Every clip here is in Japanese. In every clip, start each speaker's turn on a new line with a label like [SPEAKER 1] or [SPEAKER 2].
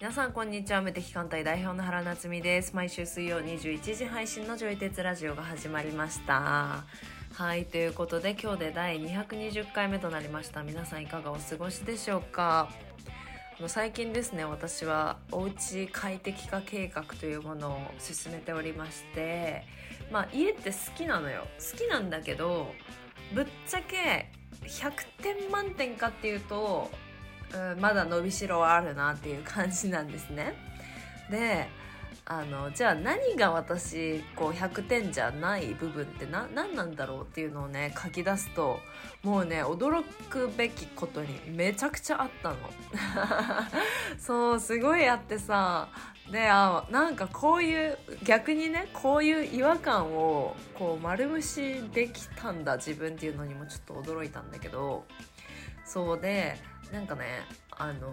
[SPEAKER 1] 皆さんこんにちは無敵艦隊代表の原夏実です毎週水曜21時配信の「ジョイ鉄ラジオ」が始まりましたはいということで今日で第220回目となりました皆さんいかがお過ごしでしょうかあの最近ですね私はおうち快適化計画というものを進めておりましてまあ家って好きなのよ好きなんだけどぶっちゃけ100点満点かっていうとうんまだ伸びしろはあるなっていう感じなんですね。であのじゃあ何が私こう100点じゃない部分ってな何なんだろうっていうのをね書き出すともうね驚くべきことにめちゃくちゃあったの。 そうすごいあってさであなんかこういう逆にねこういう違和感をこう丸無視できたんだ自分っていうのにもちょっと驚いたんだけどそうでなんかねあの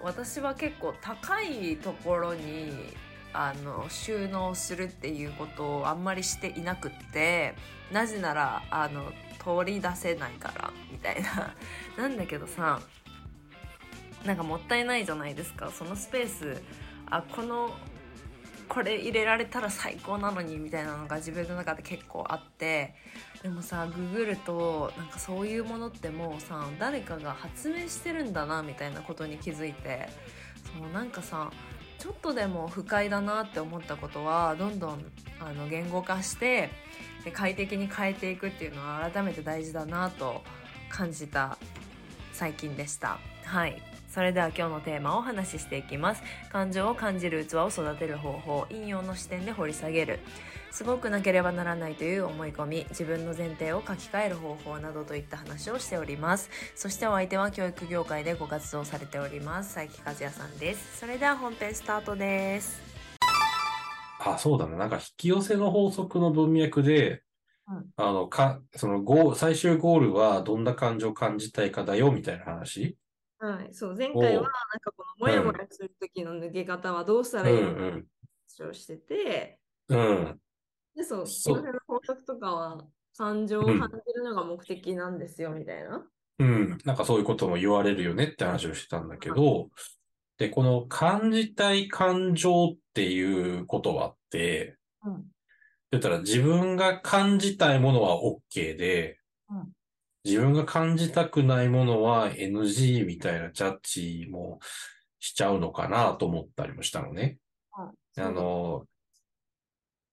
[SPEAKER 1] 私は結構高いところにあの収納するっていうことをあんまりしていなくってなぜならあの取り出せないからみたいな なんだけどさなんかもったいないじゃないですかそのスペースあこのこれ入れられたら最高なのにみたいなのが自分の中で結構あってでもさググるとなんかそういうものってもうさ誰かが発明してるんだなみたいなことに気づいてそのなんかさちょっとでも不快だなって思ったことはどんどんあの言語化してで快適に変えていくっていうのは改めて大事だなと感じた最近でした。はいそれでは今日のテーマをお話ししていきます感情を感じる器を育てる方法引用の視点で掘り下げるすごくなければならないという思い込み自分の前提を書き換える方法などといった話をしておりますそしてお相手は教育業界でご活動されております佐伯和也さんですそれでは本編スタートです
[SPEAKER 2] あ、そうだな。なんか引き寄せの法則の文脈で、
[SPEAKER 1] うん
[SPEAKER 2] あの、か、そのゴール、最終ゴールはどんな感情を感じたいかだよみたいな話。
[SPEAKER 3] はい、そう、前回は、なん
[SPEAKER 2] おう
[SPEAKER 3] かこの、もやもやする時の抜け方はどうした
[SPEAKER 2] う
[SPEAKER 3] らいいのか
[SPEAKER 2] ん
[SPEAKER 3] 話をしてて、
[SPEAKER 2] うん。うん。
[SPEAKER 3] で、そう、
[SPEAKER 2] そ
[SPEAKER 3] そうの辺の法則とかは、感情を
[SPEAKER 2] うん
[SPEAKER 3] 感じるのが目的なんですよ、みたいな。
[SPEAKER 2] うん。なんかそういうことも言われるよねって話をしてたんだけど、で、この感じたい感情っていうことはあって、
[SPEAKER 3] うん
[SPEAKER 2] 言ったら自分が感じたいものは OK で
[SPEAKER 3] うん、
[SPEAKER 2] 自分が感じたくないものは NG みたいなジャッジもしちゃうのかなと思ったりもしたのね。あの、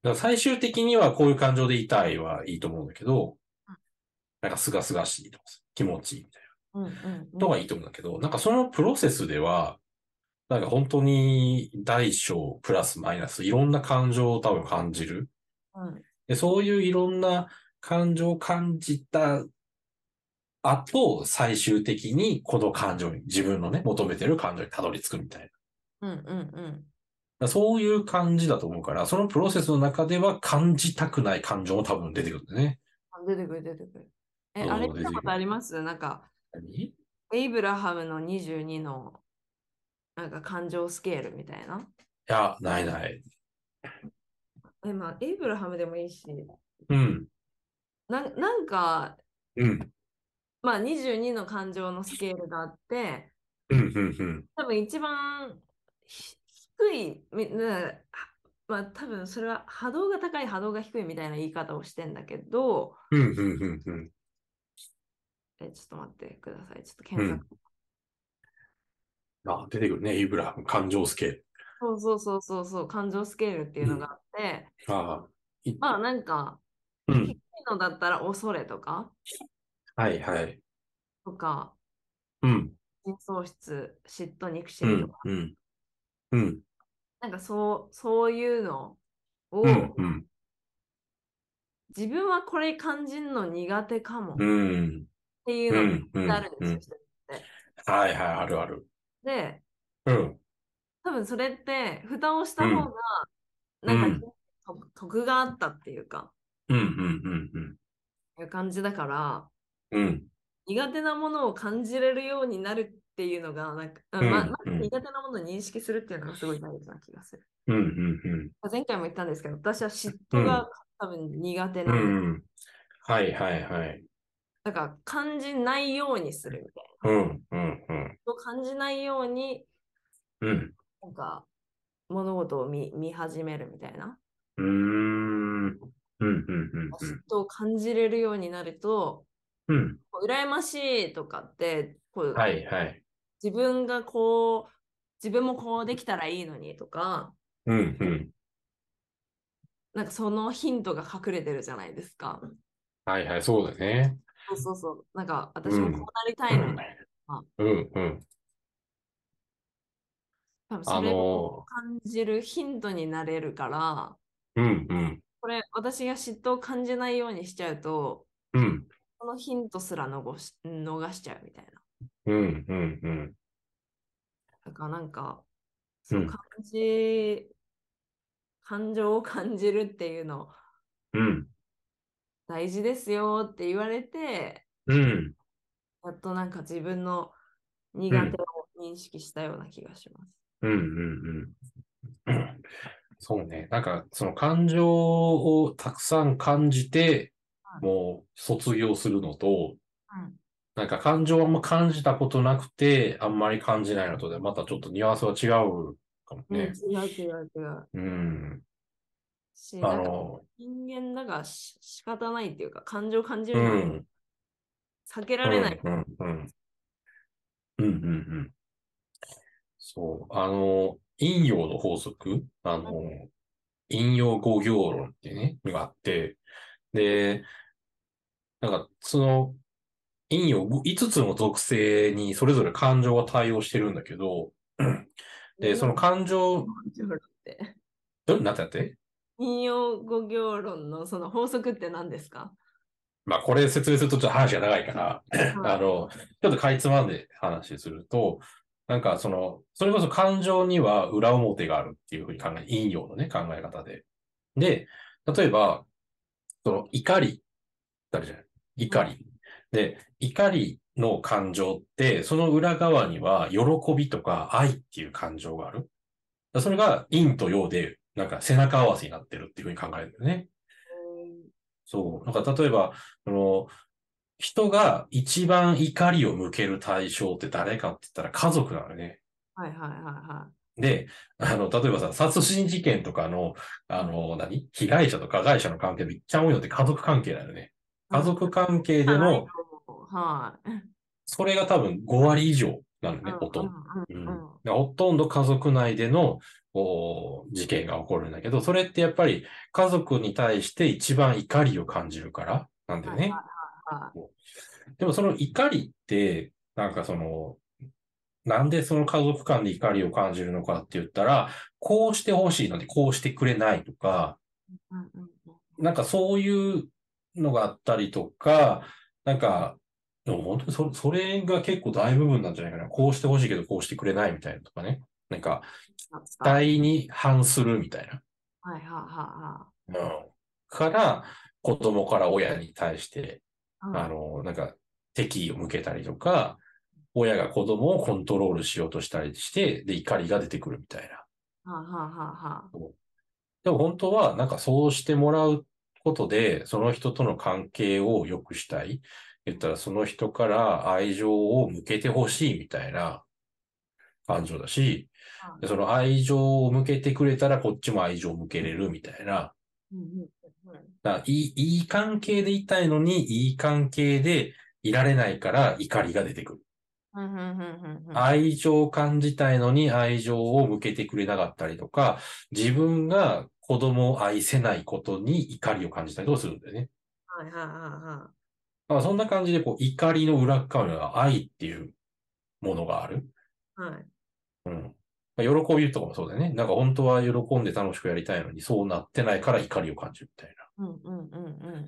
[SPEAKER 2] だから最終的にはこういう感情でいたいはいいと思うんだけど、なんかすがすがしいとかさ気持ちいいみたい
[SPEAKER 3] うんうんうん
[SPEAKER 2] なのがいいと思うんだけど、なんかそのプロセスでは、なんか本当に大小プラスマイナスいろんな感情を多分感じる。
[SPEAKER 3] うん
[SPEAKER 2] で、そういういろんな感情を感じた後、最終的にこの感情に、自分のね、求めてる感情にたどり着くみたいな。
[SPEAKER 3] うんうん
[SPEAKER 2] だからそういう感じだと思うから、そのプロセスの中では感じたくない感情も多分出てくるんだよね。
[SPEAKER 3] うん。出てくる、出てくる。え、
[SPEAKER 2] そう
[SPEAKER 3] あれ
[SPEAKER 2] 出て
[SPEAKER 3] 見た
[SPEAKER 2] くる
[SPEAKER 3] ことありますなんか、
[SPEAKER 2] 何
[SPEAKER 3] エイブラハムの22の、なんか感情スケールみたいな。
[SPEAKER 2] いや、ないない。
[SPEAKER 3] え、まあ、エイブラハムでもいいし、
[SPEAKER 2] うん。
[SPEAKER 3] なんなんか、
[SPEAKER 2] うん。
[SPEAKER 3] まあ、22の感情のスケールがあって、
[SPEAKER 2] うん、うん、うん。
[SPEAKER 3] 多分一番ひ低いみなあまあ多分それは波動が高い波動が低いみたいな言い方をしてんだけど
[SPEAKER 2] うん、うん、うん、うん。
[SPEAKER 3] えちょっと待ってくださいちょっと検索、
[SPEAKER 2] あ、出てくるね。イブラハム、感情スケール。
[SPEAKER 3] そうそうそうそうそう感情スケールっていうのがあって、
[SPEAKER 2] ああ。い
[SPEAKER 3] まあなんか
[SPEAKER 2] うん。
[SPEAKER 3] いいのだったら恐れとか
[SPEAKER 2] はい、はい。
[SPEAKER 3] とか
[SPEAKER 2] うん。
[SPEAKER 3] 喪失嫉妬憎し
[SPEAKER 2] う
[SPEAKER 3] みと
[SPEAKER 2] ん
[SPEAKER 3] か、、
[SPEAKER 2] うん。うん、
[SPEAKER 3] なんかそうそういうのを、
[SPEAKER 2] うん、うん。
[SPEAKER 3] 自分はこれ感じるの苦手かもっ
[SPEAKER 2] うん。
[SPEAKER 3] ていうの
[SPEAKER 2] うん
[SPEAKER 3] になるんですよ、
[SPEAKER 2] うんはい、はい、あるある。
[SPEAKER 3] で
[SPEAKER 2] うん。
[SPEAKER 3] 多分それって蓋をした方が
[SPEAKER 2] うん
[SPEAKER 3] な
[SPEAKER 2] うん
[SPEAKER 3] んか得得があったっていうか
[SPEAKER 2] うん、うん、うん、
[SPEAKER 3] いう感じだから
[SPEAKER 2] うん。うん。
[SPEAKER 3] 苦手なものを感じれるようになるっていうのがなんか、あ
[SPEAKER 2] うん
[SPEAKER 3] ままず
[SPEAKER 2] うん
[SPEAKER 3] 苦手なものを認識するっていうのがすごい大事な気がする。
[SPEAKER 2] うん、うん、うん。
[SPEAKER 3] 前回も言ったんですけど私は嫉妬が
[SPEAKER 1] 多分苦手
[SPEAKER 2] う
[SPEAKER 1] な。
[SPEAKER 2] んうん。はいはいはい。
[SPEAKER 1] だから感じないようにするみたい
[SPEAKER 2] うんうんうん。
[SPEAKER 1] な。感じないように、
[SPEAKER 2] うん。
[SPEAKER 1] なんか物事を見見始めるみたいな。
[SPEAKER 2] うーん。うんうんうんうん。
[SPEAKER 1] 嫉妬を感じれるようになると、
[SPEAKER 2] うん。
[SPEAKER 1] こう羨ましいとかって、こう
[SPEAKER 2] はいはい。
[SPEAKER 1] 自分がこう、自分もこうできたらいいのにとか、
[SPEAKER 2] うんうん。
[SPEAKER 1] なんかそのヒントが隠れてるじゃないですか。
[SPEAKER 2] はいはい、そうだね。
[SPEAKER 1] そうそうそう。なんか私もこうなりたいのに、
[SPEAKER 2] うんうん。
[SPEAKER 1] 多分
[SPEAKER 2] あ
[SPEAKER 1] それを
[SPEAKER 2] の
[SPEAKER 1] 感じるヒントになれるから、
[SPEAKER 2] ー、うんうん。
[SPEAKER 1] これ私が嫉妬を感じないようにしちゃうと、
[SPEAKER 2] うん
[SPEAKER 1] そのヒントすら逃し逃しちゃうみたいな。
[SPEAKER 2] うんうんうん。
[SPEAKER 1] だからなんか、そう
[SPEAKER 2] うん
[SPEAKER 1] 感じ、感情を感じるっていうの
[SPEAKER 2] うん。
[SPEAKER 1] 大事ですよって言われて、
[SPEAKER 2] うん。
[SPEAKER 1] やっとなんか自分の苦手を認識したような気がします。
[SPEAKER 2] うんうんうん。そうね。なんか、その感情をたくさん感じて、もう卒業するのと、
[SPEAKER 1] うん
[SPEAKER 2] なんか感情をあんま感じたことなくて、あんまり感じないのとで、またちょっとニュアンスは違うかも
[SPEAKER 1] うん、違
[SPEAKER 2] ね。
[SPEAKER 1] う違う違う。
[SPEAKER 2] うん。
[SPEAKER 1] し、
[SPEAKER 2] あ
[SPEAKER 1] なんか
[SPEAKER 2] の、
[SPEAKER 1] 人間だからし仕方ないっていうか、感情を感じ
[SPEAKER 2] う
[SPEAKER 1] るのは
[SPEAKER 2] ん。
[SPEAKER 1] 避けられない。
[SPEAKER 2] うんうんうん。うんうんうん。そう。あの、陰陽の法則、あの、陰陽五行論っていうね、のがあって、で、なんか、その、陰陽5つの属性にそれぞれ感情が対応してるんだけど、で、その感情、
[SPEAKER 1] 感情論って。
[SPEAKER 2] どなんてやって
[SPEAKER 1] 引用語行論のその法則って何ですか
[SPEAKER 2] まあ、これ説明するとちょっと話が長いから、 あの、ちょっとかいつまんで話すると、なんかその、それこそ感情には裏表があるっていうふうに考え、陰陽のね、考え方で。で、例えば、その怒りってあるじゃない怒り。で、怒りの感情って、その裏側には喜びとか愛っていう感情がある。だからそれが陰と陽で、なんか背中合わせになってるっていうふうに考えるんだよね。そう。なんか例えば、その、人が一番怒りを向ける対象って誰かって言ったら家族なのよね。
[SPEAKER 1] はいはいはいは
[SPEAKER 2] で、あの、例えばさ、殺人事件とかの、あの、何被害者と加害者の関係でいっちゃ多いのって家族関係なのね。
[SPEAKER 1] い。
[SPEAKER 2] 家族関係で
[SPEAKER 1] で
[SPEAKER 2] の、、
[SPEAKER 1] はい。
[SPEAKER 2] それが多分5割以上なのね、ほとんど。
[SPEAKER 1] うんうんうんうん
[SPEAKER 2] でほとんど家族内でのこう事件が起こるんだけど、それってやっぱり家族に対して一番怒りを感じるからなんだよ
[SPEAKER 1] はい
[SPEAKER 2] ね。
[SPEAKER 1] はいは
[SPEAKER 2] でもその怒りって、なんかその、なんでその家族間で怒りを感じるのかって言ったら、こうしてほしいのにこうしてくれないとか、
[SPEAKER 1] うんうんうん
[SPEAKER 2] なんかそういうのがあったりとか、なんか、でも本当にそれそれが結構大部分なんじゃないかな。こうしてほしいけどこうしてくれないみたいなとかね。なんか、期
[SPEAKER 1] はい
[SPEAKER 2] 待に反するみたい
[SPEAKER 1] はいはいは
[SPEAKER 2] な。うん。から、子供から親に対して、
[SPEAKER 1] いはい。
[SPEAKER 2] あの、なんか、敵意を向けたりとか、親が子供をコントロールしようとしたりして、で、怒りが出てくるみたいな。
[SPEAKER 1] はあはあはあはあ
[SPEAKER 2] でも本当は、なんかそうしてもらうことで、その人との関係を良くしたい。言ったら、その人から愛情を向けてほしいみたいな感情だし、でその愛情を向けてくれたら、こっちも愛情を向けれるみたいな。
[SPEAKER 1] うんうんうん
[SPEAKER 2] だからいい、いい関係でいたいのに、いい関係でいられないから怒りが出てくる。
[SPEAKER 1] うんうんうんうんうん
[SPEAKER 2] 愛情を感じたいのに愛情を向けてくれなかったりとか、自分が子供を愛せないことに怒りを感じたりとかするんだよね。
[SPEAKER 1] はいはいはいはい。
[SPEAKER 2] だからそんな感じで、こう、怒りの裏側には愛っていうものがある。
[SPEAKER 1] はい。
[SPEAKER 2] うん。まあ喜びとかもそうだよね。なんか本当は喜んで楽しくやりたいのに、そうなってないから怒りを感じるみたいな。
[SPEAKER 1] うんうんうんうん。
[SPEAKER 2] っ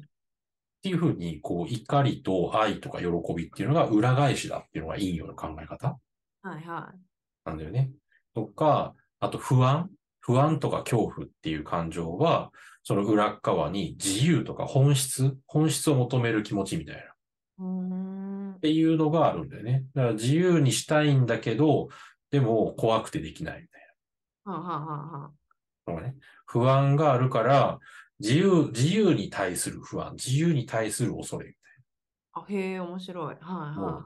[SPEAKER 2] ていうふうに、こう、怒りと愛とか喜びっていうのが裏返しだっていうのが陰陽の考え方
[SPEAKER 1] はいはい。
[SPEAKER 2] なんだよね。とか、あと不安不安とか恐怖っていう感情は、その裏側に自由とか本質本質を求める気持ちみたいな。っ
[SPEAKER 1] うーん。
[SPEAKER 2] ていうのがあるんだよね。だから自由にしたいんだけど、でも怖くてできないみたい
[SPEAKER 1] はあはあはあはあ
[SPEAKER 2] なのがね。不安があるから、自由、自由に対する不安、自由に対する恐れみ
[SPEAKER 1] あ、へえ、面白い。はい
[SPEAKER 2] たいな。
[SPEAKER 1] は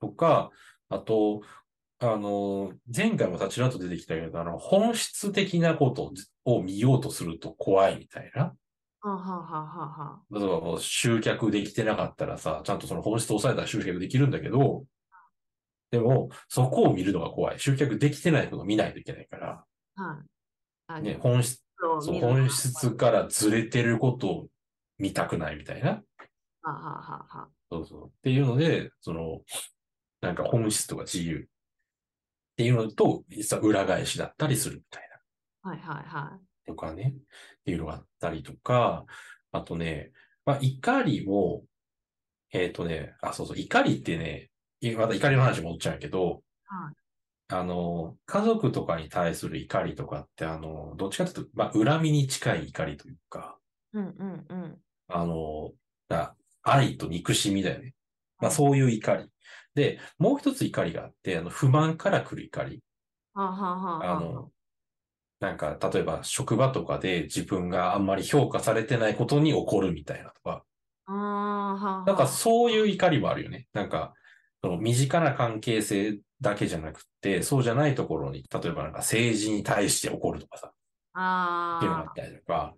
[SPEAKER 2] とか、あと、あの、前回も立ちらっと出てきたけど、あの、本質的なことを見ようとすると怖いみたいな。
[SPEAKER 1] い。はあはあはあはあは
[SPEAKER 2] 例えばこう集客できてなかったらさ、ちゃんとその本質を抑えたら集客できるんだけど、でも、そこを見るのが怖い。集客できてないことを見ないといけないから、
[SPEAKER 1] あ。はい。あ、
[SPEAKER 2] ね、本質、
[SPEAKER 1] 本
[SPEAKER 2] そう本質からずれてることを見たくないみたいな。
[SPEAKER 1] はあはあはあはあ。
[SPEAKER 2] そうそう。っていうので、その、なんか本質とか自由っていうのと、実は裏返しだったりするみたいな。
[SPEAKER 1] はいはいはい。
[SPEAKER 2] とかね、っていうのがあったりとか、あとね、まあ、怒りも、えっ、とね、あ、そうそう、怒りってね、いまた怒りの話戻っちゃうけど、
[SPEAKER 1] はい
[SPEAKER 2] あの、家族とかに対する怒りとかって、あの、どっちかというと、まあ、恨みに近い怒りというか、
[SPEAKER 1] うんうんうん。
[SPEAKER 2] あの、な愛と憎しみだよね。まあ、そういう怒り。で、もう一つ怒りがあって、あの、不満から来る怒り。
[SPEAKER 1] はあはあはあ
[SPEAKER 2] あ
[SPEAKER 1] はあ。
[SPEAKER 2] の、なんか、例えば職場とかで自分があんまり評価されてないことに怒るみたいなとか、
[SPEAKER 1] ああ、はあはあ。
[SPEAKER 2] なんかそういう怒りもあるよね。なんか、その身近な関係性だけじゃなくて、そうじゃないところに、例えばなんか政治に対して怒るとかさ、
[SPEAKER 1] あ
[SPEAKER 2] っていうのがあ
[SPEAKER 1] あ
[SPEAKER 2] っ。たりとか、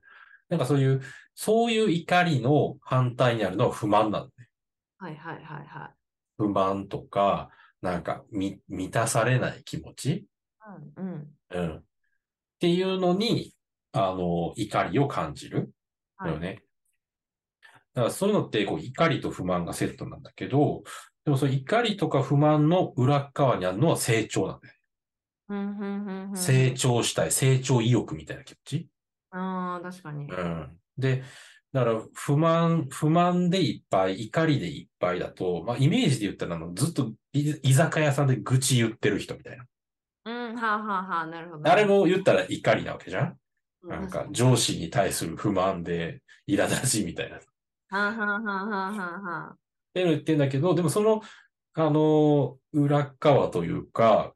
[SPEAKER 2] なんかそういう、そういう怒りの反対にあるのは不満なのね。
[SPEAKER 1] はいはいはいは
[SPEAKER 2] 不満とか、なんかみ満たされない気持ち
[SPEAKER 1] い。うんうん。
[SPEAKER 2] うんっていうのに、あの、怒りを感じる。
[SPEAKER 1] は
[SPEAKER 2] だ
[SPEAKER 1] い
[SPEAKER 2] よね。だからそういうのって、こう、怒りと不満がセットなんだけど、でもその怒りとか不満の裏っ側にあるのは成長なんだよ。
[SPEAKER 1] うんうんうんうん。
[SPEAKER 2] 成。長したい、成長意欲みたいな気持ち。
[SPEAKER 1] ああ、確かに。
[SPEAKER 2] うん。で、だから不満、不満でいっぱい、怒りでいっぱいだと、まあイメージで言ったら、あの、ずっとい居酒屋さんで愚痴言ってる人みたいな。
[SPEAKER 1] うん、はあはあはあ、なるほど。
[SPEAKER 2] あれも言ったら怒りなわけじゃん
[SPEAKER 1] う、
[SPEAKER 2] なん
[SPEAKER 1] 確
[SPEAKER 2] か
[SPEAKER 1] に
[SPEAKER 2] 上司に対する不満で苛立ちみたいな。っ
[SPEAKER 1] はあはあはあはあはあは
[SPEAKER 2] ていうの言ってんだけど、でもその、あの、裏っ側というか、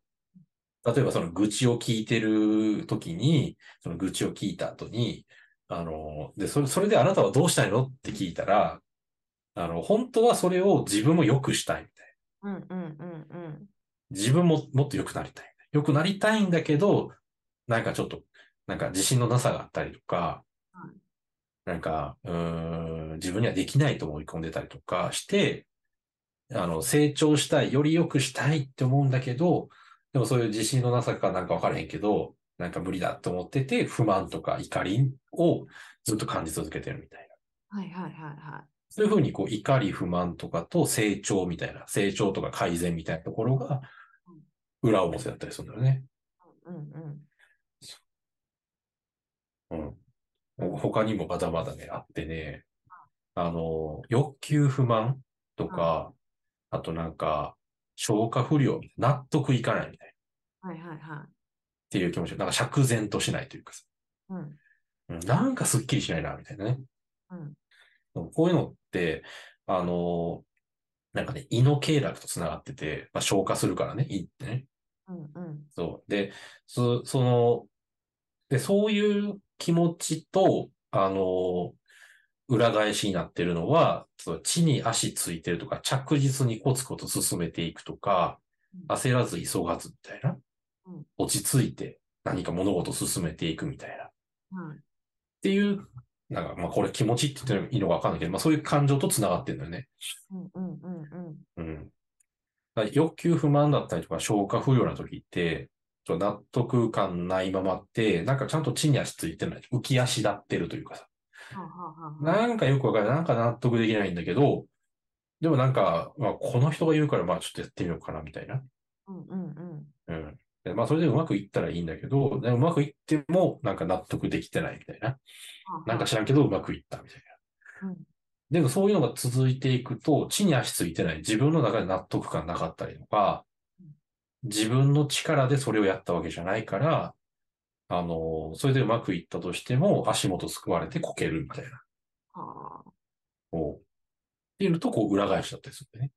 [SPEAKER 2] 例えばその愚痴を聞いてる時に、その愚痴を聞いた後に、あの、で、それ、それであなたはどうしたいのって聞いたら、あの、本当はそれを自分も良くしたいみたい
[SPEAKER 1] あ。
[SPEAKER 2] な。
[SPEAKER 1] うんうんうんうん。
[SPEAKER 2] 自分ももっと良くなりたい。良くなりたいんだけど、なんかちょっと、なんか自信のなさがあったりとか、
[SPEAKER 1] はい
[SPEAKER 2] なんか、うーん、自分にはできないと思い込んでたりとかして、あの、成長したい、より良くしたいって思うんだけど、でもそういう自信のなさかなんかわからへんけど、なんか無理だと思ってて、不満とか怒りをずっと感じ続けてるみたいな。
[SPEAKER 1] はいはいはいはい。
[SPEAKER 2] そういうふうにこう怒り、不満とかと成長みたいな、成長とか改善みたいなところが裏表だったりするんだよね。
[SPEAKER 1] うんうん。
[SPEAKER 2] う
[SPEAKER 1] う
[SPEAKER 2] ん。
[SPEAKER 1] ん
[SPEAKER 2] 他にもまだまだね、あってね、あの、欲求不満とか、あとなんか、消化不良、納得いかないみたいなっ
[SPEAKER 1] はいはいはい。
[SPEAKER 2] ていう気持ち、なんか釈然としないというかさ、
[SPEAKER 1] うん
[SPEAKER 2] うんなんかすっきりしないな、みたいなね。
[SPEAKER 1] うん。
[SPEAKER 2] こういうのって、あの、なんかね、胃の経絡とつながってて、まあ、消化するからね、胃ってね。
[SPEAKER 1] うんうん。
[SPEAKER 2] そう。で、そ、その、で、そういう気持ちと、あの、裏返しになってるのは、その地に足ついてるとか、着実にコツコツ進めていくとか
[SPEAKER 1] うん、
[SPEAKER 2] 焦らず急がずみたいな
[SPEAKER 1] うん。
[SPEAKER 2] 落ち着いて何か物事を進めていくみたいな。っ
[SPEAKER 1] はい。
[SPEAKER 2] ていう、なんか、まあこれ気持ちって言っていいのかわかんないけど、まあそういう感情と繋がってるんだよね。
[SPEAKER 1] うんうんうんうん。
[SPEAKER 2] うん。だから欲求不満だったりとか消化不良な時って、ちょっと納得感ないままって、なんかちゃんと地に足ついてない。浮き足立ってるというかさ。
[SPEAKER 1] はあはあはあはあ。
[SPEAKER 2] なんかよくわからない。なんか納得できないんだけど、でもなんか、まあこの人が言うから、まあちょっとやってみようかな、みたいな。
[SPEAKER 1] うんうんうん。
[SPEAKER 2] うん。でまあそれでうまくいったらいいんだけど、でうまくいってもなんか納得できてないみたいな。
[SPEAKER 1] はあ
[SPEAKER 2] なんか知らんけどうまくいったみたいな。
[SPEAKER 1] うん
[SPEAKER 2] でもそういうのが続いていくと、地に足ついてない、自分の中で納得感なかったりとか
[SPEAKER 1] うん、
[SPEAKER 2] 自分の力でそれをやったわけじゃないから、あの、それでうまくいったとしても、足元すくわれてこけるみたいな。
[SPEAKER 1] はあ。
[SPEAKER 2] こうっていうのと、こう、裏返しだったりするんだよ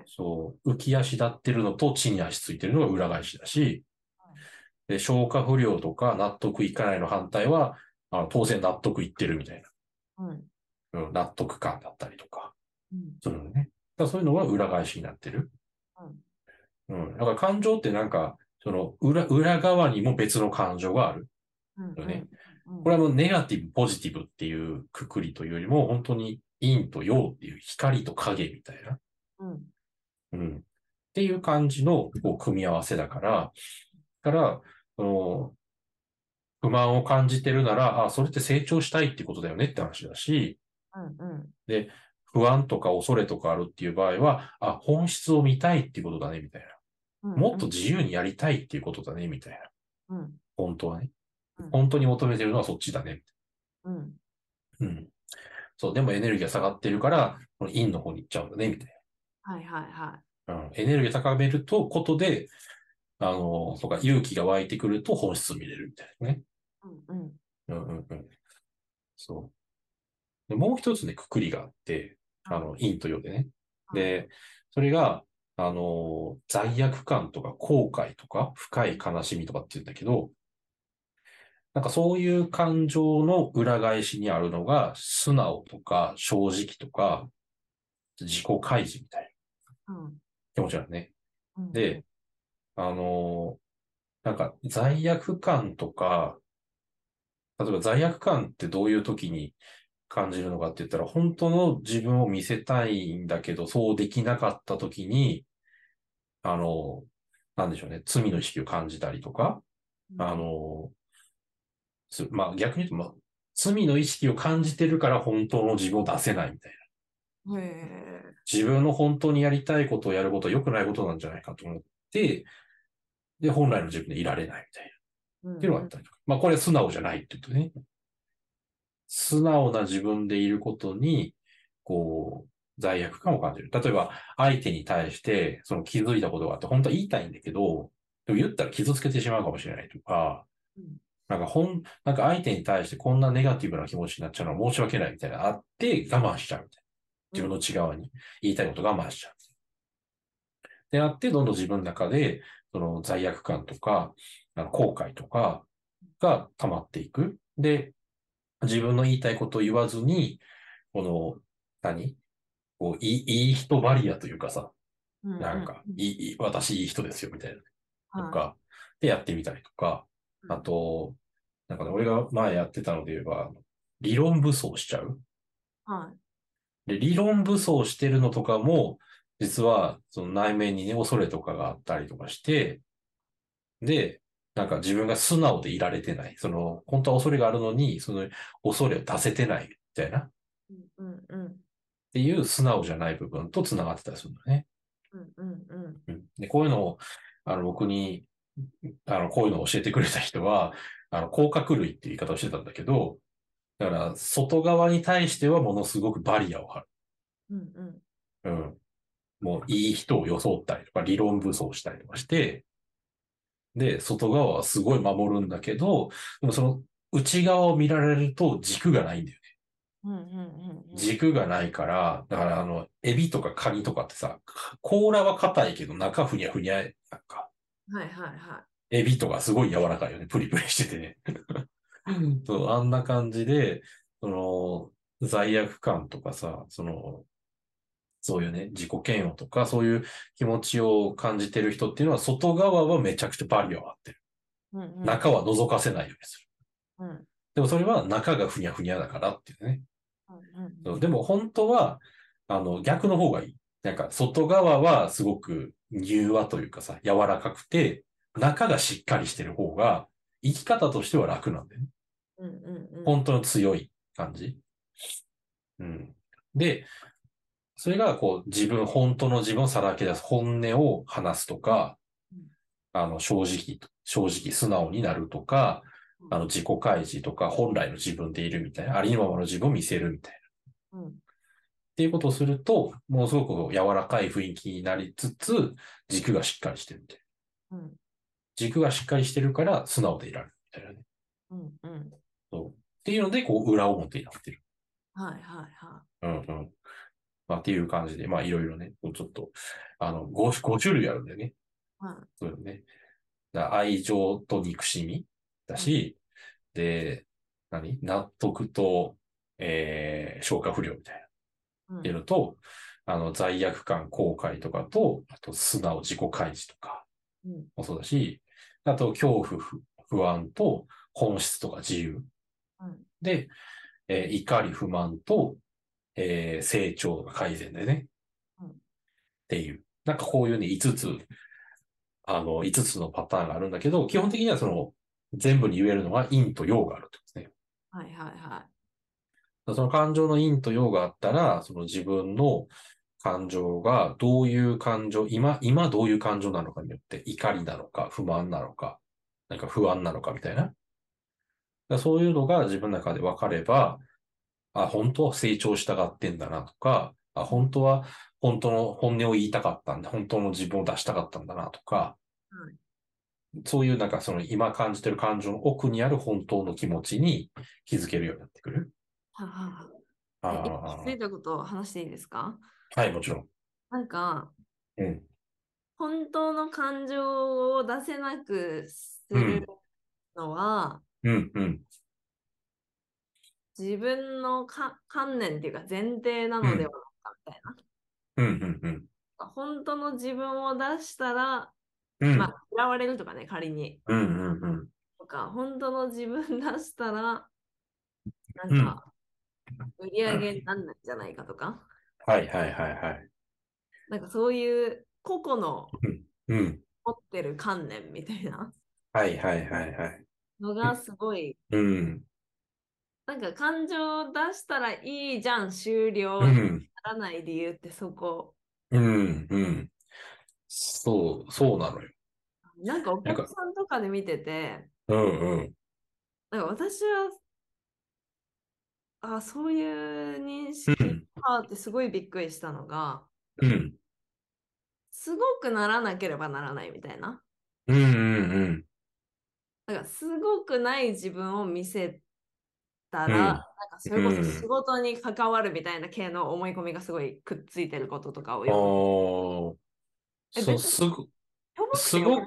[SPEAKER 1] へえ。
[SPEAKER 2] そう、浮き足立ってるのと地に足ついてるのが裏返しだし
[SPEAKER 1] は、
[SPEAKER 2] で消化不良とか納得いかないの反対は、ああ当然納得いってるみたい
[SPEAKER 1] うん。
[SPEAKER 2] な、うん、納得感だったりとか、
[SPEAKER 1] うん。
[SPEAKER 2] するのね。だからそういうのが裏返しになってる。うん。だから感情ってなんか、その裏、裏側にも別の感情がある。
[SPEAKER 1] うん。
[SPEAKER 2] よね
[SPEAKER 1] うん。
[SPEAKER 2] これはもうネガティブ、ポジティブっていうくくりというよりも、本当に陰と陽っていう光と影みたいな。
[SPEAKER 1] うん。
[SPEAKER 2] うん。っていう感じのこう組み合わせだから、だから、その、不満を感じてるなら、あ、それって成長したいってことだよねって話だし、
[SPEAKER 1] うん。うん。
[SPEAKER 2] 不安とか恐れとかあるっていう場合は、あ、本質を見たいってことだね、みたい
[SPEAKER 1] うん
[SPEAKER 2] な。もっと自由にやりたいっていうことだね、みたいな。
[SPEAKER 1] うん。
[SPEAKER 2] 本当はね
[SPEAKER 1] うん。
[SPEAKER 2] 本当に求めてるのはそっちだね。
[SPEAKER 1] うん。
[SPEAKER 2] うん。そう、でもエネルギーが下がってるから、この陰の方に行っちゃうんだね、みたい
[SPEAKER 1] はいはいは
[SPEAKER 2] な。うん。エネルギーを高めると、ことで、あの、そうか、勇気が湧いてくると本質を見れるみたいなね。
[SPEAKER 1] い。うん。うん。
[SPEAKER 2] うんうんうん。そう。でもう一つね、くくりがあって、あの、陰と陽でね。で、それが、あの、罪悪感とか後悔とか深い悲しみとかって言うんだけど、なんかそういう感情の裏返しにあるのが、素直とか正直とか、自己開示みたいな
[SPEAKER 1] うん、
[SPEAKER 2] 気持ちなのね。
[SPEAKER 1] うん。
[SPEAKER 2] で、あの、なんか罪悪感とか、例えば罪悪感ってどういう時に感じるのかって言ったら、本当の自分を見せたいんだけど、そうできなかった時に、あの、なんでしょうね、罪の意識を感じたりとか、
[SPEAKER 1] うん、
[SPEAKER 2] あの、すまあ逆に言うと、まあ、罪の意識を感じてるから本当の自分を出せないみたいな。
[SPEAKER 1] へえ。
[SPEAKER 2] 自分の本当にやりたいことをやることは良くないことなんじゃないかと思って、で、本来の自分でいられないみたいな。
[SPEAKER 1] っ
[SPEAKER 2] っていうのがあったりとか。まあこれは素直じゃないって言うとね。素直な自分でいることに、こう、罪悪感を感じる。例えば、相手に対して、その気づいたことがあって、本当は言いたいんだけど、でも言ったら傷つけてしまうかもしれないとか
[SPEAKER 1] うん、
[SPEAKER 2] なんか本、なんか相手に対してこんなネガティブな気持ちになっちゃうのは申し訳ないみたいなのあって、我慢しちゃうみたいな。自分の内側に言いたいこと我慢しちゃう。であって、どんどん自分の中で、その罪悪感とか、あの後悔とかが溜まっていく。で、自分の言いたいことを言わずに、この、何こういい、いい人バリアというかさ、なんか、
[SPEAKER 1] う
[SPEAKER 2] いい、いい私いい人ですよ、みたいな。と
[SPEAKER 1] はい
[SPEAKER 2] か、でやってみたりとか、
[SPEAKER 1] うん
[SPEAKER 2] あと、なんかね、俺が前やってたので言えば、理論武装しちゃう。
[SPEAKER 1] は
[SPEAKER 2] で、理論武装してるのとかも、実は、その内面にね、恐れとかがあったりとかして、で、なんか自分が素直でいられてない。その、本当は恐れがあるのに、その恐れを出せてない、みたいな。っ
[SPEAKER 1] い。うんうんうん
[SPEAKER 2] ていう素直じゃない部分と繋がってたりするんだね。
[SPEAKER 1] うんうんうん
[SPEAKER 2] うんで、こういうのを、あの、僕に、あの、こういうのを教えてくれた人は、あの、甲殻類っていう言い方をしてたんだけど、だから、外側に対してはものすごくバリアを張る。
[SPEAKER 1] うんうん
[SPEAKER 2] うん。もう、いい人を装ったりとか、理論武装したりとかして、で、外側はすごい守るんだけど、でもその、内側を見られると軸がないんだよね。
[SPEAKER 1] うんうんうん。
[SPEAKER 2] 軸がないから、だからあの、エビとかカニとかってさ、甲羅は硬いけど中ふにゃふにゃ、なんか、
[SPEAKER 1] はいはいはい。
[SPEAKER 2] エビとかすごい柔らかいよね。プリプリしててね。そう、あんな感じで、その、罪悪感とかさ、その、そういうね、自己嫌悪とか、そういう気持ちを感じてる人っていうのは、外側はめちゃくちゃバリアを張ってる。
[SPEAKER 1] うんうん
[SPEAKER 2] 中は覗かせないようにする。
[SPEAKER 1] うんうん
[SPEAKER 2] でもそれは中がふにゃふにゃだからっていうね。
[SPEAKER 1] う
[SPEAKER 2] そ
[SPEAKER 1] ん
[SPEAKER 2] うでも本当は、あの、逆の方がいい。なんか、外側はすごく柔和というかさ、柔らかくて、中がしっかりしてる方が、生き方としては楽なんだよね。
[SPEAKER 1] うんうんうん
[SPEAKER 2] 本当の強い感じ。うん。で、それがこう、自分、本当の自分をさらけ出す、本音を話すとか
[SPEAKER 1] うん、
[SPEAKER 2] あの、正直、正直素直になるとか、あの、自己開示とか、本来の自分でいるみたいな、ありのままの自分を見せるみたいな。
[SPEAKER 1] うん
[SPEAKER 2] っていうことをすると、ものすごく柔らかい雰囲気になりつつ、軸がしっかりしてるみたいな。
[SPEAKER 1] うん
[SPEAKER 2] 軸がしっかりしてるから素直でいられるみたいなね。
[SPEAKER 1] うんうん
[SPEAKER 2] そう。っていうので、こう、裏表になってる。
[SPEAKER 1] はいはいは
[SPEAKER 2] うんうん。まあ、っていう感じで、まあ、いろいろね、こうちょっと、あの、5, 5種類あるんだよね。
[SPEAKER 1] いはい。
[SPEAKER 2] そうよね。だから愛情と憎しみだし、で、何納得と、えー消化不良みたいな。
[SPEAKER 1] うん
[SPEAKER 2] っていうのと、あの、罪悪感、後悔とかと、あと、素直、自己開示とか
[SPEAKER 1] うん
[SPEAKER 2] もそうだし、あと、恐怖、不不安と、本質とか自由。
[SPEAKER 1] うん
[SPEAKER 2] で、えー怒り、不満と、えー成長、改善でね。
[SPEAKER 1] うん
[SPEAKER 2] っていう。なんかこういうね、5つ、あの、5つのパターンがあるんだけど、基本的にはその、全部に言えるのは陰と陽があるってことですね。
[SPEAKER 1] はいはいは
[SPEAKER 2] その感情の陰と陽があったら、その自分の感情がどういう感情、今、今どういう感情なのかによって、怒りなのか、不満なのか、なんか不安なのかみたいな。だからそういうのが自分の中で分かれば、あ、本当は成長したがってんだなとか、あ、本当は本当の本音を言いたかったんだ、本当の自分を出したかったんだなとか、
[SPEAKER 1] は
[SPEAKER 2] そういうなんかその今感じてる感情の奥にある本当の気持ちに気づけるようになってくる。
[SPEAKER 1] い。はは
[SPEAKER 2] あ
[SPEAKER 1] え
[SPEAKER 2] ー
[SPEAKER 1] 気づいたことを話していいですか
[SPEAKER 2] はい、もちろん。
[SPEAKER 1] なんか、
[SPEAKER 2] うん。
[SPEAKER 1] 本当の感情を出せなくするのは、
[SPEAKER 2] うん、うん。
[SPEAKER 1] 自分のか観念っていうか前提なのではないかみたいな。
[SPEAKER 2] うん、うん、うん。
[SPEAKER 1] 本当の自分を出したら、
[SPEAKER 2] うん、
[SPEAKER 1] まあ、嫌われるとかね、仮に。
[SPEAKER 2] うん、うん、うん。
[SPEAKER 1] とか、本当の自分出したら、なんか、売り上げになんないんじゃないかとか、
[SPEAKER 2] はい、はい、はい、はい。
[SPEAKER 1] なんかそういう個々の
[SPEAKER 2] うん。
[SPEAKER 1] 持ってる観念みたいな
[SPEAKER 2] はい、はい、はい、はい。
[SPEAKER 1] のがすごい、
[SPEAKER 2] うん、
[SPEAKER 1] なんか感情出したらいいじゃん、終了
[SPEAKER 2] う、
[SPEAKER 1] になんらない理由ってそこ。
[SPEAKER 2] うん、うん。そう、そうなのよ。
[SPEAKER 1] なんかお
[SPEAKER 2] なんか
[SPEAKER 1] 客さんとかで見てて、
[SPEAKER 2] うん、うん。
[SPEAKER 1] なんか私は、あそういう認識
[SPEAKER 2] うん、
[SPEAKER 1] かってすごいびっくりしたのが、
[SPEAKER 2] うん、
[SPEAKER 1] すごくならなければならないみたいな。
[SPEAKER 2] うん、うん、
[SPEAKER 1] だからすごくない自分を見せたら、
[SPEAKER 2] うん
[SPEAKER 1] なんかそれこ
[SPEAKER 2] う
[SPEAKER 1] そ
[SPEAKER 2] ん
[SPEAKER 1] 仕事に関わるみたいな系の思い込みがすごいくっついてることとかを
[SPEAKER 2] うん。あ
[SPEAKER 1] よ
[SPEAKER 2] ー
[SPEAKER 1] え
[SPEAKER 2] そう、
[SPEAKER 1] 別に
[SPEAKER 2] すご、
[SPEAKER 1] く。
[SPEAKER 2] すごく、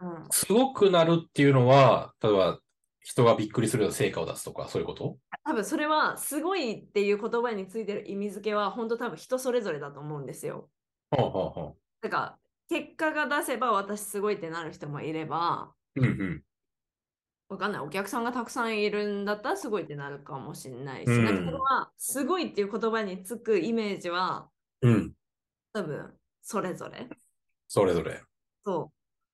[SPEAKER 1] うん、
[SPEAKER 2] すごくなるっていうのは、例えば、人がびっくりするような成果を出すとか、そういうこと
[SPEAKER 1] 多分それはすごいっていう言葉についてる意味付けは本当多分人それぞれだと思うんですよ。
[SPEAKER 2] はあ、はあ、はあ。
[SPEAKER 1] だから結果が出せば私すごいってなる人もいれば、
[SPEAKER 2] うん、うん、
[SPEAKER 1] わかんない。お客さんがたくさんいるんだったらすごいってなるかもしれないし、
[SPEAKER 2] うん
[SPEAKER 1] なんかそれはすごいっていう言葉につくイメージは
[SPEAKER 2] うん。
[SPEAKER 1] 多分それぞれ。
[SPEAKER 2] それぞれ。
[SPEAKER 1] そ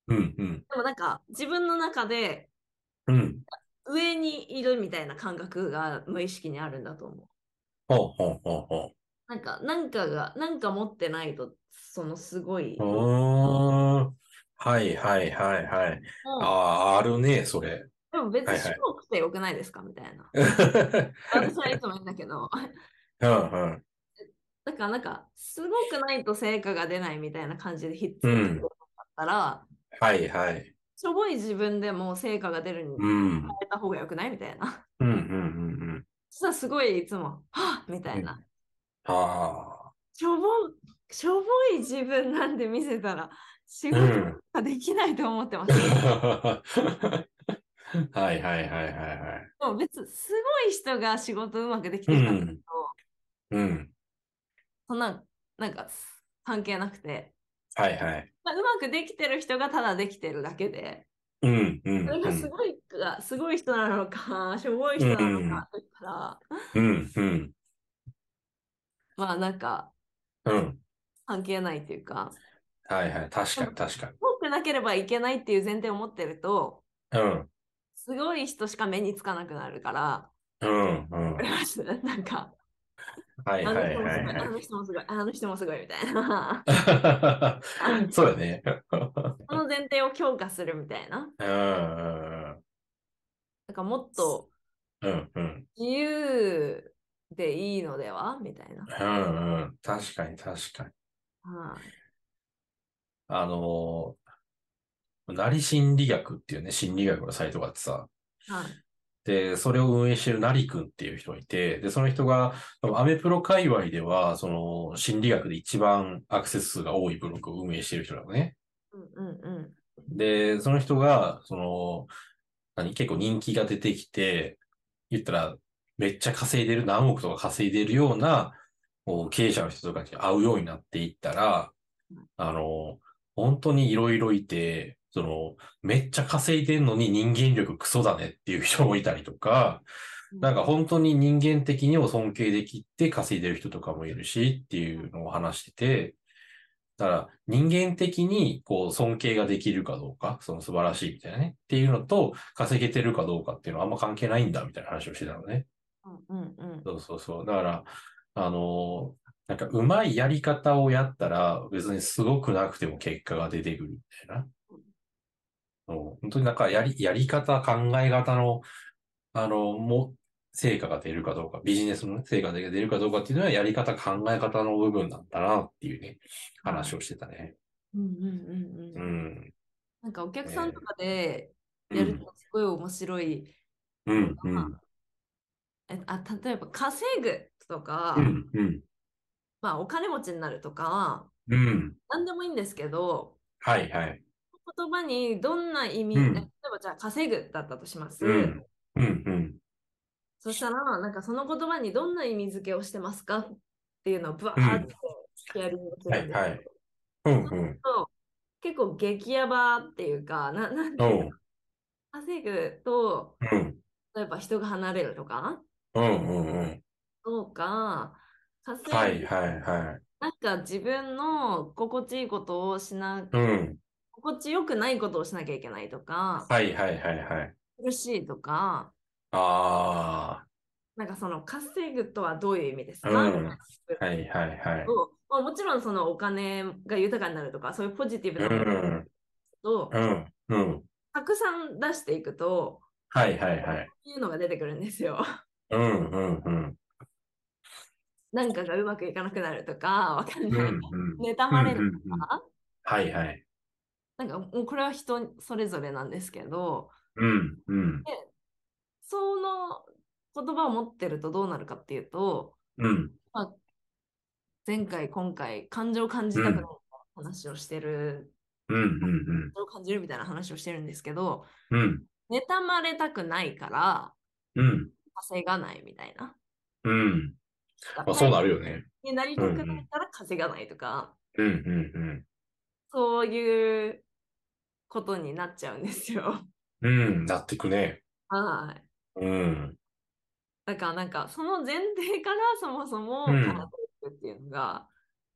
[SPEAKER 1] う。
[SPEAKER 2] うん、うん、
[SPEAKER 1] でもなんか自分の中で
[SPEAKER 2] うん。
[SPEAKER 1] 上にいるみたいな感覚が無意識にあるんだと思う。
[SPEAKER 2] はあ、はあ、はあ、はあ。
[SPEAKER 1] なんか、なんかが、なんか持ってないと、そのすごい。
[SPEAKER 2] ああ、はいはいはいはい。
[SPEAKER 1] もう
[SPEAKER 2] ああー、あるね、それ。
[SPEAKER 1] でも別
[SPEAKER 2] は
[SPEAKER 1] に
[SPEAKER 2] いはい
[SPEAKER 1] すごくてよくないですかみたい な。
[SPEAKER 2] うん
[SPEAKER 1] 私はいつも言うんだけど。
[SPEAKER 2] うん。
[SPEAKER 1] だからなんか、すごくないと成果が出ないみたいな感じでひっついてるだったら、
[SPEAKER 2] はいはい。
[SPEAKER 1] しょぼい自分でも成果が出るに変
[SPEAKER 2] うん。うん
[SPEAKER 1] えた方がよくないみたいな。
[SPEAKER 2] うんうんうん。
[SPEAKER 1] そしたらすごいいつも、はっみたいな。
[SPEAKER 2] あ
[SPEAKER 1] しょぼ、しょぼい自分なんで見せたら、仕
[SPEAKER 2] あ。う
[SPEAKER 1] 事
[SPEAKER 2] ん。
[SPEAKER 1] ができないと思ってま す。で
[SPEAKER 2] はいはいはいはいはい。
[SPEAKER 1] も別にすごい人が仕事うまくでき
[SPEAKER 2] う
[SPEAKER 1] てるから、
[SPEAKER 2] ん。うん。
[SPEAKER 1] そんな、なんかす関係なくて、
[SPEAKER 2] はいはい。
[SPEAKER 1] まあ、うまくできてる人がただできてるだけで、
[SPEAKER 2] うんうん
[SPEAKER 1] それ
[SPEAKER 2] う
[SPEAKER 1] がす
[SPEAKER 2] ん。
[SPEAKER 1] ごいか、すごい人なのか、 しょぼい人なの
[SPEAKER 2] うん
[SPEAKER 1] か、だから、
[SPEAKER 2] うんうん。
[SPEAKER 1] まあなんか
[SPEAKER 2] うん。
[SPEAKER 1] 関係ないというか、
[SPEAKER 2] はいはい。確かに確かに。
[SPEAKER 1] 多くなければいけないっていう前提を持ってると、
[SPEAKER 2] うん。
[SPEAKER 1] すごい人しか目につかなくなるから、
[SPEAKER 2] うんうん。
[SPEAKER 1] わかりますなんか、
[SPEAKER 2] はい
[SPEAKER 1] あ
[SPEAKER 2] は
[SPEAKER 1] の
[SPEAKER 2] い
[SPEAKER 1] 人も
[SPEAKER 2] は
[SPEAKER 1] す
[SPEAKER 2] い
[SPEAKER 1] ごい、あの人もすごい、あの人もすごいみたい な。
[SPEAKER 2] はい。そうだね。
[SPEAKER 1] その前提を強化するみたいな。
[SPEAKER 2] うんうん
[SPEAKER 1] なんかもっと
[SPEAKER 2] うんうん。
[SPEAKER 1] 自由でいいのではみたいな。
[SPEAKER 2] うんうん、確かに確かに。
[SPEAKER 1] は
[SPEAKER 2] あのー、成心理学っていうね、心理学のサイトがあってさ、
[SPEAKER 1] い。はい。
[SPEAKER 2] で、それを運営してる成君っていう人がいて、で、その人が、多分アメプロ界隈では、その、心理学で一番アクセス数が多いブログを運営してる人なのね。
[SPEAKER 1] うんうんうん。
[SPEAKER 2] で、その人が、その、何、結構人気が出てきて、言ったら、めっちゃ稼いでる、何億とか稼いでるような、こう経営者の人とかに会うようになっていったら、あの、本当にいろいろいて、その、めっちゃ稼いでんのに人間力クソだねっていう人もいたりとか、なんか本当に人間的にも尊敬できて稼いでる人とかもいるしっていうのを話してて、だから人間的にこう尊敬ができるかどうか、その素晴らしいみたいなねっていうのと稼げてるかどうかっていうのはあんま関係ないんだみたいな話をしてたのね。
[SPEAKER 1] うんうんうん
[SPEAKER 2] そうそうそう。だから、あの、なんかうまいやり方をやったら別にすごくなくても結果が出てくるみたいな。そう本当になんかやり、やり方、考え方の、あの、も、成果が出るかどうか、ビジネスのね成果が出るかどうかっていうのはやり方、考え方の部分なんだなっていうね、話をしてたね。
[SPEAKER 1] うんうんうん
[SPEAKER 2] う
[SPEAKER 1] うん
[SPEAKER 2] ん。
[SPEAKER 1] なんかお客さんとかでやるとすごい面白い。
[SPEAKER 2] うん、うん、
[SPEAKER 1] えあ例えば稼ぐとか、
[SPEAKER 2] うん、うん、
[SPEAKER 1] まあ、お金持ちになるとか、
[SPEAKER 2] うん。
[SPEAKER 1] 何でもいいんですけど、
[SPEAKER 2] はい、はい。
[SPEAKER 1] 言葉にどんな意味、
[SPEAKER 2] うん
[SPEAKER 1] 例えばじゃあ稼ぐだったとします。
[SPEAKER 2] うん、うん、うん。
[SPEAKER 1] そしたら、なんかその言葉にどんな意味付けをしてますかっていうのをぶわ
[SPEAKER 2] う
[SPEAKER 1] ーっ
[SPEAKER 2] ん
[SPEAKER 1] てヒアリングす
[SPEAKER 2] は
[SPEAKER 1] るん
[SPEAKER 2] い、
[SPEAKER 1] ですけど、
[SPEAKER 2] はい。うん、うん。
[SPEAKER 1] 結構激ヤバっていうか、ななんて
[SPEAKER 2] う、
[SPEAKER 1] いうん稼ぐと、
[SPEAKER 2] うん、
[SPEAKER 1] 例えば人が離れるとか、
[SPEAKER 2] うん、うん、うん。
[SPEAKER 1] とか、稼ぐ、
[SPEAKER 2] はい、はい、は
[SPEAKER 1] なんか自分の心地いいことをしな、
[SPEAKER 2] い。うん。
[SPEAKER 1] 心地よくないことをしなきゃいけないとか、
[SPEAKER 2] はい、はい、はい、はい。
[SPEAKER 1] 苦しいとか、
[SPEAKER 2] あ
[SPEAKER 1] なんかその稼ぐとはどういう意味です
[SPEAKER 2] あ、
[SPEAKER 1] か、
[SPEAKER 2] うん。
[SPEAKER 1] みたいな
[SPEAKER 2] はい、はい、はい。
[SPEAKER 1] とまあもちろんそのお金が豊かになるとかそういうポジティブ
[SPEAKER 2] う
[SPEAKER 1] なこと
[SPEAKER 2] ん、
[SPEAKER 1] を
[SPEAKER 2] うん、うん。
[SPEAKER 1] たくさん出していくと
[SPEAKER 2] はい、はい、はい。
[SPEAKER 1] っていうのが出てくるんですよ。
[SPEAKER 2] うん、うん、うん。
[SPEAKER 1] なんかがうまくいかなくなるとかわかん
[SPEAKER 2] うん、
[SPEAKER 1] ない。
[SPEAKER 2] うん。
[SPEAKER 1] 妬まれると
[SPEAKER 2] うんうんうん
[SPEAKER 1] か、
[SPEAKER 2] はい、はい。
[SPEAKER 1] なんかもうこれは人それぞれなんですけど
[SPEAKER 2] うん、うん、
[SPEAKER 1] その言葉を持ってるとどうなるかっていうと
[SPEAKER 2] うん。
[SPEAKER 1] 前回今回感情を感じたくない話をしてる、
[SPEAKER 2] うん、うん、
[SPEAKER 1] 感情を感じるみたいな話をしてるんですけど、
[SPEAKER 2] うん。うん、
[SPEAKER 1] 妬まれたくないから
[SPEAKER 2] うん、
[SPEAKER 1] 稼がないみたいな。
[SPEAKER 2] うん。
[SPEAKER 1] だか
[SPEAKER 2] ま
[SPEAKER 1] ら
[SPEAKER 2] あ、そうなるよね。
[SPEAKER 1] になりたくないから稼がないとか、
[SPEAKER 2] うん、うん、
[SPEAKER 1] そういうことになっちゃうんですよ。
[SPEAKER 2] うん。うん、なってくね。
[SPEAKER 1] はい。
[SPEAKER 2] うん、
[SPEAKER 1] だからなんかその前提からそもそも
[SPEAKER 2] うん
[SPEAKER 1] 稼ぐっていうのが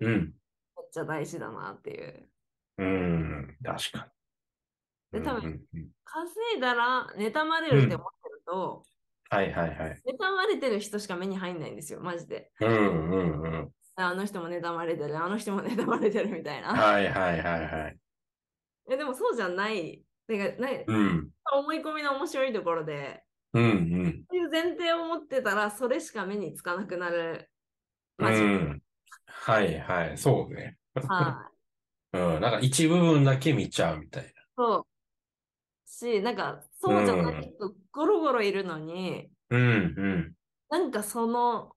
[SPEAKER 2] うん、
[SPEAKER 1] めっちゃ大事だなっていう。
[SPEAKER 2] うん。確かに。
[SPEAKER 1] で多分
[SPEAKER 2] うんうんうん
[SPEAKER 1] 稼いだら妬まれるって思ってると、
[SPEAKER 2] はい、はい、はい。
[SPEAKER 1] 妬まれてる人しか目に入んないんですよ、マジで。
[SPEAKER 2] うん、うん、うん。
[SPEAKER 1] あの人も妬まれてる、あの人も 妬まれてるみたいな。
[SPEAKER 2] はい、はい、はい、はい。
[SPEAKER 1] えでもそうじゃない。てかない
[SPEAKER 2] うん、
[SPEAKER 1] 思い込みの面白いところで、
[SPEAKER 2] うん、うん。
[SPEAKER 1] そういう前提を持ってたら、それしか目につかなくなる。
[SPEAKER 2] う
[SPEAKER 1] マジ
[SPEAKER 2] ん。はい、はい。そうね。
[SPEAKER 1] はい。
[SPEAKER 2] うん、なんか一部分だけ見ちゃうみたい
[SPEAKER 1] そう。し、なんか、そうじゃないと、ゴロゴロいるのに、
[SPEAKER 2] な。うん、
[SPEAKER 1] なんかその、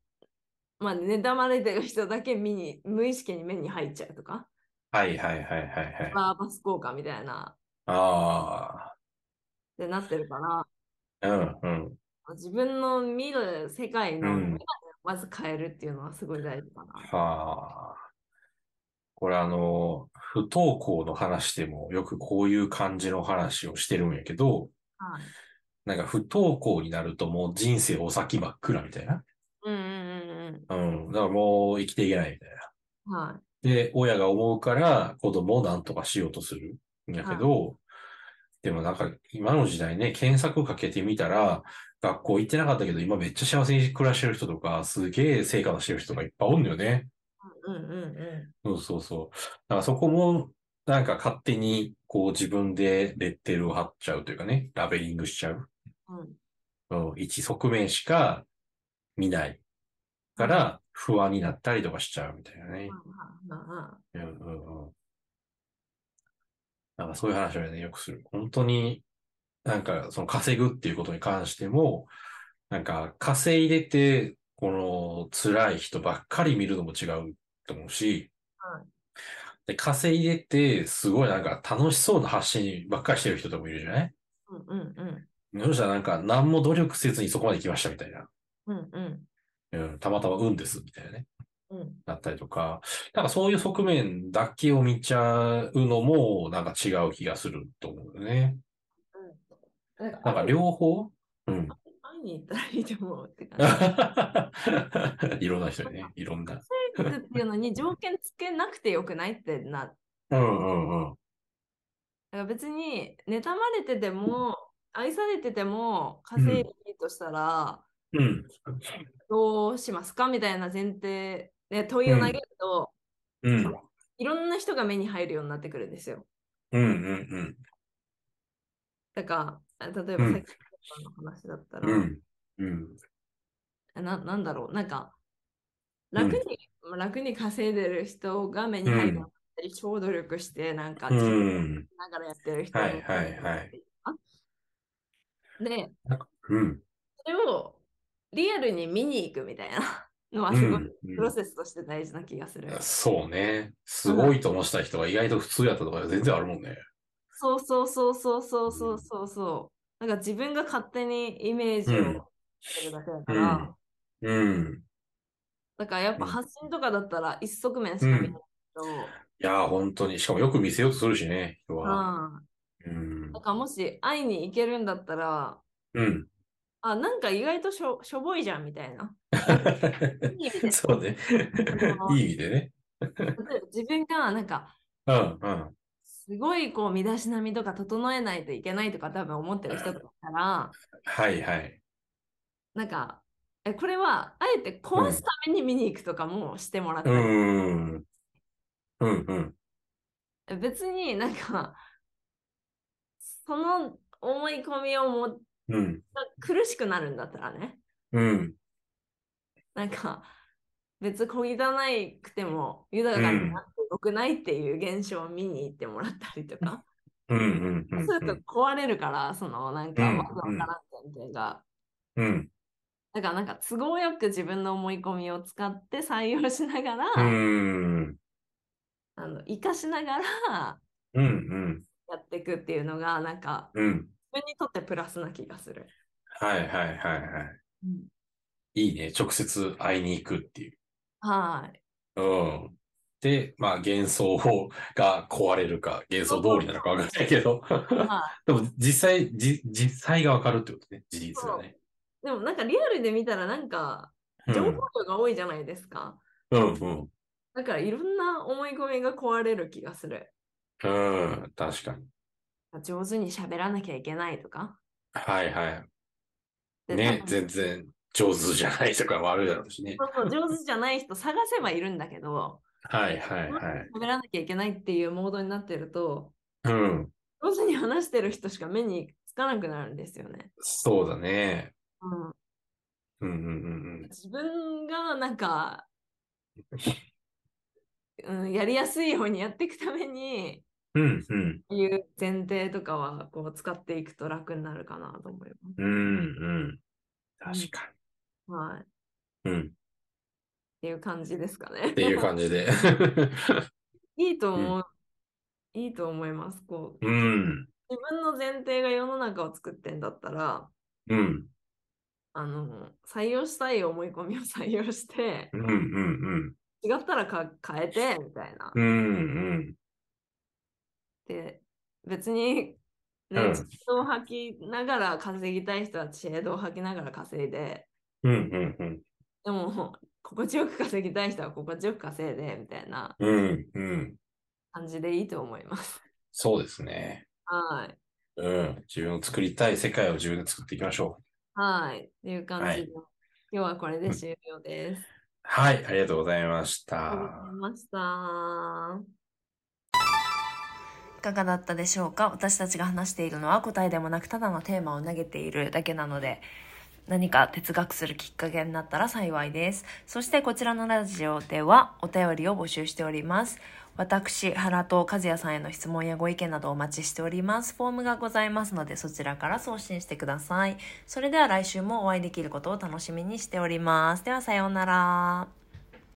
[SPEAKER 1] まあ、妬まれてる人だけ見に、無意識に目に入っちゃうとか、
[SPEAKER 2] はいはいはいはいはい。
[SPEAKER 1] バーバス効果みたいな、
[SPEAKER 2] あ
[SPEAKER 1] ってなってるから、
[SPEAKER 2] あ、うんうん。
[SPEAKER 1] 自分の見る世界の
[SPEAKER 2] うん
[SPEAKER 1] 眼鏡をまず変えるっていうのはすごい大事かな。
[SPEAKER 2] はあ。これあの、不登校の話でもよくこういう感じの話をしてるんやけど、
[SPEAKER 1] はい。
[SPEAKER 2] なんか不登校になるともう人生お先真っ暗みたいな。
[SPEAKER 1] うんうんうん
[SPEAKER 2] うん。だからもう生きていけないみたいな。
[SPEAKER 1] うん。はい。
[SPEAKER 2] で、親が思うから子供を何とかしようとするんやけど、でもなんか今の時代ね、検索かけてみたら、学校行ってなかったけど、今めっちゃ幸せに暮らしてる人とか、すげえ成果出してる人がいっぱいおんのよね。
[SPEAKER 1] うんうんう
[SPEAKER 2] そうそうそう。だからそこも、なんか勝手に、こう自分でレッテルを貼っちゃうというかね、ラベリングしちゃう。
[SPEAKER 1] ん。うん。
[SPEAKER 2] うん、一側面しか見ないから、不安になったりとかしちゃうみたいなね。
[SPEAKER 1] はいはいはいはい
[SPEAKER 2] うんうんうん。なんかそういう話をね、よくする。本当に、なんかその稼ぐっていうことに関しても、なんか稼いでて、この辛い人ばっかり見るのも違うと思うし、
[SPEAKER 1] はい
[SPEAKER 2] で稼いでて、すごいなんか楽しそうな発信ばっかりしてる人とかもいるじゃない
[SPEAKER 1] うんうんうん。
[SPEAKER 2] そしたらなんか、何も努力せずにそこまで来ましたみたいな。
[SPEAKER 1] うんうん
[SPEAKER 2] うん、たまたま運ですみたいなね。
[SPEAKER 1] うん
[SPEAKER 2] だったりとか。なんかそういう側面だけを見ちゃうのも、なんか違う気がすると思うよね。
[SPEAKER 1] なんか
[SPEAKER 2] なんか両方うん。
[SPEAKER 1] 会いに行ったらいいと思うって感じ。
[SPEAKER 2] いろんな人にね、いろんな。
[SPEAKER 1] 行くっていうのに条件つけなくてよくないってな。だか
[SPEAKER 2] うんうんうん。
[SPEAKER 1] ら別に妬まれてても愛されてても稼いでいいとしたら
[SPEAKER 2] うん。
[SPEAKER 1] どうしますかみたいな前提で問いを投げると、
[SPEAKER 2] うん。
[SPEAKER 1] いろんな人が目に入るようになってくるんですよ。
[SPEAKER 2] うんうん
[SPEAKER 1] だから例えば
[SPEAKER 2] うん
[SPEAKER 1] さっきの話だったら、
[SPEAKER 2] うん。うん。うん。
[SPEAKER 1] ななんだろうなんか
[SPEAKER 2] うん
[SPEAKER 1] 楽に、まあ楽に稼いでる人が目に入るようになったり、超努力してなんか、
[SPEAKER 2] うん。
[SPEAKER 1] ながらやってる人
[SPEAKER 2] はいはいはい
[SPEAKER 1] あで、
[SPEAKER 2] うん。
[SPEAKER 1] それをリアルに見に行くみたいなのは
[SPEAKER 2] う
[SPEAKER 1] すごい、
[SPEAKER 2] ん。
[SPEAKER 1] プロセスとして大事な気がする。
[SPEAKER 2] そうね。すごいと思った人が意外と普通やったとか全然あるもんね。
[SPEAKER 1] そうそうそうそうそうそうそうそう。なんか自分が勝手にイメージを
[SPEAKER 2] うん
[SPEAKER 1] してるだけだから、
[SPEAKER 2] うんうん。
[SPEAKER 1] だからやっぱ
[SPEAKER 2] うん
[SPEAKER 1] 発信とかだったら一側面しか見ないと、
[SPEAKER 2] いやー、本当に。しかもよく見せようとするしね、人は。
[SPEAKER 1] うん
[SPEAKER 2] うん
[SPEAKER 1] だ。からもし会いに行けるんだったら、
[SPEAKER 2] うん。
[SPEAKER 1] あ、なんか意外としょしょぼいじゃんみたいな。いい意味 で
[SPEAKER 2] そうね。いい意味でね。
[SPEAKER 1] 例えば自分がなんか
[SPEAKER 2] うんうん。
[SPEAKER 1] すごいこう身だしなみとか整えないといけないとか多分思ってる人だったら、
[SPEAKER 2] はいはい。
[SPEAKER 1] なんか、えこれはあえて壊すために見に行くとかもしてもらった
[SPEAKER 2] う
[SPEAKER 1] り、
[SPEAKER 2] ん。うんうん。
[SPEAKER 1] え別になんか、その思い込みをも
[SPEAKER 2] うん。
[SPEAKER 1] 苦しくなるんだったらね、
[SPEAKER 2] うん。
[SPEAKER 1] なんか別に小汚いくても豊かになって良くないっていう現象を見に行ってもらったりとか、
[SPEAKER 2] うんうんうん。
[SPEAKER 1] そうすると壊れるから、そのなんか
[SPEAKER 2] うん
[SPEAKER 1] わけわからんみたいな。
[SPEAKER 2] うん。
[SPEAKER 1] だからなんか都合よく自分の思い込みを使って採用しながら、
[SPEAKER 2] うん。
[SPEAKER 1] あの活かしながら
[SPEAKER 2] うんうん。
[SPEAKER 1] やっていくっていうのがなんか
[SPEAKER 2] うん。
[SPEAKER 1] 自分にとってプラスな気がする。
[SPEAKER 2] はいはいはいは
[SPEAKER 1] うん
[SPEAKER 2] い。いいね。直接会いに行くっていう。
[SPEAKER 1] はい。
[SPEAKER 2] うん。で、まあ幻想が壊れるか、幻想通りなのかわかんない けど。
[SPEAKER 1] はい
[SPEAKER 2] でも実際、じ、実際がわかるってことね。事実がね。
[SPEAKER 1] でもなんかリアルで見たらなんか
[SPEAKER 2] う
[SPEAKER 1] 情報
[SPEAKER 2] ん。
[SPEAKER 1] 量が多いじゃないですか。
[SPEAKER 2] うんうん。
[SPEAKER 1] だからいろんな思い込みが壊れる気がする。
[SPEAKER 2] うん。確かに。
[SPEAKER 1] 上手に喋らなきゃいけないとか。
[SPEAKER 2] はいは
[SPEAKER 1] で
[SPEAKER 2] い。ね
[SPEAKER 1] 多、分
[SPEAKER 2] 全然上手じゃないとかもあるだろうしね。
[SPEAKER 1] そうそう上手じゃない人探せばいるんだけど、
[SPEAKER 2] はいはいはい。
[SPEAKER 1] 喋らなきゃいけないっていうモードになってると、
[SPEAKER 2] うん。
[SPEAKER 1] 上手に話してる人しか目につかなくなるんですよね。
[SPEAKER 2] そうだね。
[SPEAKER 1] うん、
[SPEAKER 2] うんうんうんうん。
[SPEAKER 1] 自分がなんか、うん、やりやすいようにやっていくために
[SPEAKER 2] うんうん。
[SPEAKER 1] いう前提とかはこう使っていくと楽になるかなと思いま
[SPEAKER 2] うんうん。確か
[SPEAKER 1] す。はい、っ
[SPEAKER 2] に。うん。って
[SPEAKER 1] いう感じですかね
[SPEAKER 2] て。いう感じで。
[SPEAKER 1] いいと思う、いいと思います。こう
[SPEAKER 2] うん。
[SPEAKER 1] 自分の前提が世の中を作ってんだったら
[SPEAKER 2] うん。
[SPEAKER 1] あの採用したい思い込みを採用して
[SPEAKER 2] うんうん
[SPEAKER 1] 違ったらか変えてみたいな。
[SPEAKER 2] うん。うん
[SPEAKER 1] で別にね、
[SPEAKER 2] うん
[SPEAKER 1] 知恵度を吐きながら稼ぎたい人は知恵度を吐きながら稼いで、
[SPEAKER 2] うん。うんうんうん。
[SPEAKER 1] でも心地よく稼ぎたい人は心地よく稼いでみたいな
[SPEAKER 2] うんうん。
[SPEAKER 1] 感じでいいと思います。
[SPEAKER 2] そうですね。
[SPEAKER 1] はい。
[SPEAKER 2] うん。自分の作りたい世界を自分で作っていきましょう。
[SPEAKER 1] はい。っていう感じで、
[SPEAKER 2] はい
[SPEAKER 1] 今日はこれで終了です。
[SPEAKER 2] はい。ありがとうございまし
[SPEAKER 1] ありがとうご
[SPEAKER 2] た
[SPEAKER 1] ざい。ました。
[SPEAKER 4] いかがだったでしょうか私たちが話しているのは答えでもなくただのテーマを投げているだけなので何か哲学するきっかけになったら幸いですそしてこちらのラジオではお便りを募集しております私原と和也さんへの質問やご意見などお待ちしておりますフォームがございますのでそちらから送信してくださいそれでは来週もお会いできることを楽しみにしておりますではさようなら